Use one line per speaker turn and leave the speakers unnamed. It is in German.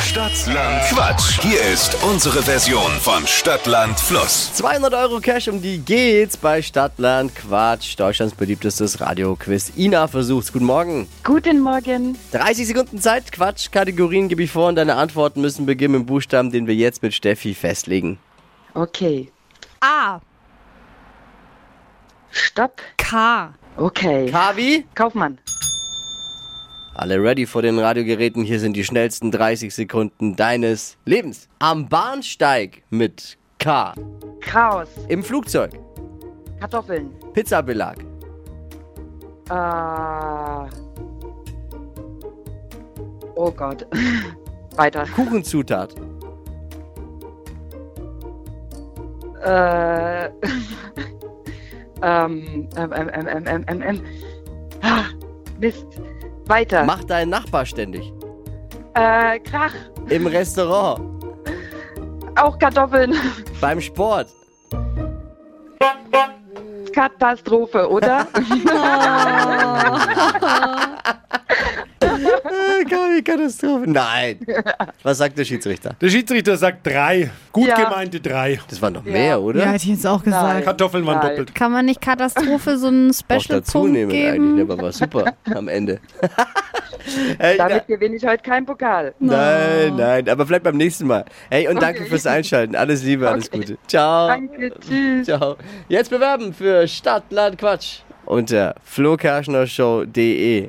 Stadtland Quatsch. Hier ist unsere Version von Stadtland Fluss.
200 Euro Cash, um die geht's bei Stadtland Quatsch. Deutschlands beliebtestes Radioquiz. Ina versucht's. Guten Morgen.
Guten Morgen.
30 Sekunden Zeit. Quatsch. Kategorien gebe ich vor und deine Antworten müssen beginnen mit dem Buchstaben, den wir jetzt mit Steffi festlegen.
Okay.
A.
Stopp.
K.
Okay.
Kavi?
Kaufmann.
Alle ready vor den Radiogeräten. Hier sind die schnellsten 30 Sekunden deines Lebens. Am Bahnsteig mit K.
Kraus.
Im Flugzeug.
Kartoffeln.
Pizzabelag.
Äh. Oh Gott. Weiter.
Kuchenzutat.
Äh. ähm, ähm, ähm, ähm, ähm, ähm, ähm, ähm. Ah, Mist. Weiter.
Mach deinen Nachbar ständig.
Äh, Krach.
Im Restaurant.
Auch Kartoffeln.
Beim Sport.
Katastrophe, oder?
Äh, Kavi, Katastrophe. Nein. Was sagt der Schiedsrichter?
Der Schiedsrichter sagt drei. Gut
Ja.
gemeinte drei.
Das waren noch mehr, oder?
Ja, hätte ich jetzt auch gesagt.
Nein.
Kartoffeln waren
Nein.
doppelt.
Kann man nicht Katastrophe so einen
Auch dazu
Special-Punkt
nehmen
geben?
eigentlich, ne? aber war super am Ende. Hey,
Damit gewinne ich heute keinen Pokal.
nein, nein, aber vielleicht beim nächsten Mal. Hey, und danke
Okay.
fürs Einschalten. Alles Liebe, alles
Okay.
Gute. Ciao.
Danke, tschüss.
Ciao. Jetzt bewerben für Stadt, Land, Quatsch unter flokerschnershow.de.